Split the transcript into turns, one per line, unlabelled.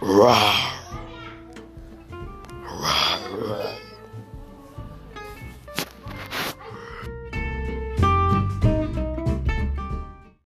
哇哇哇！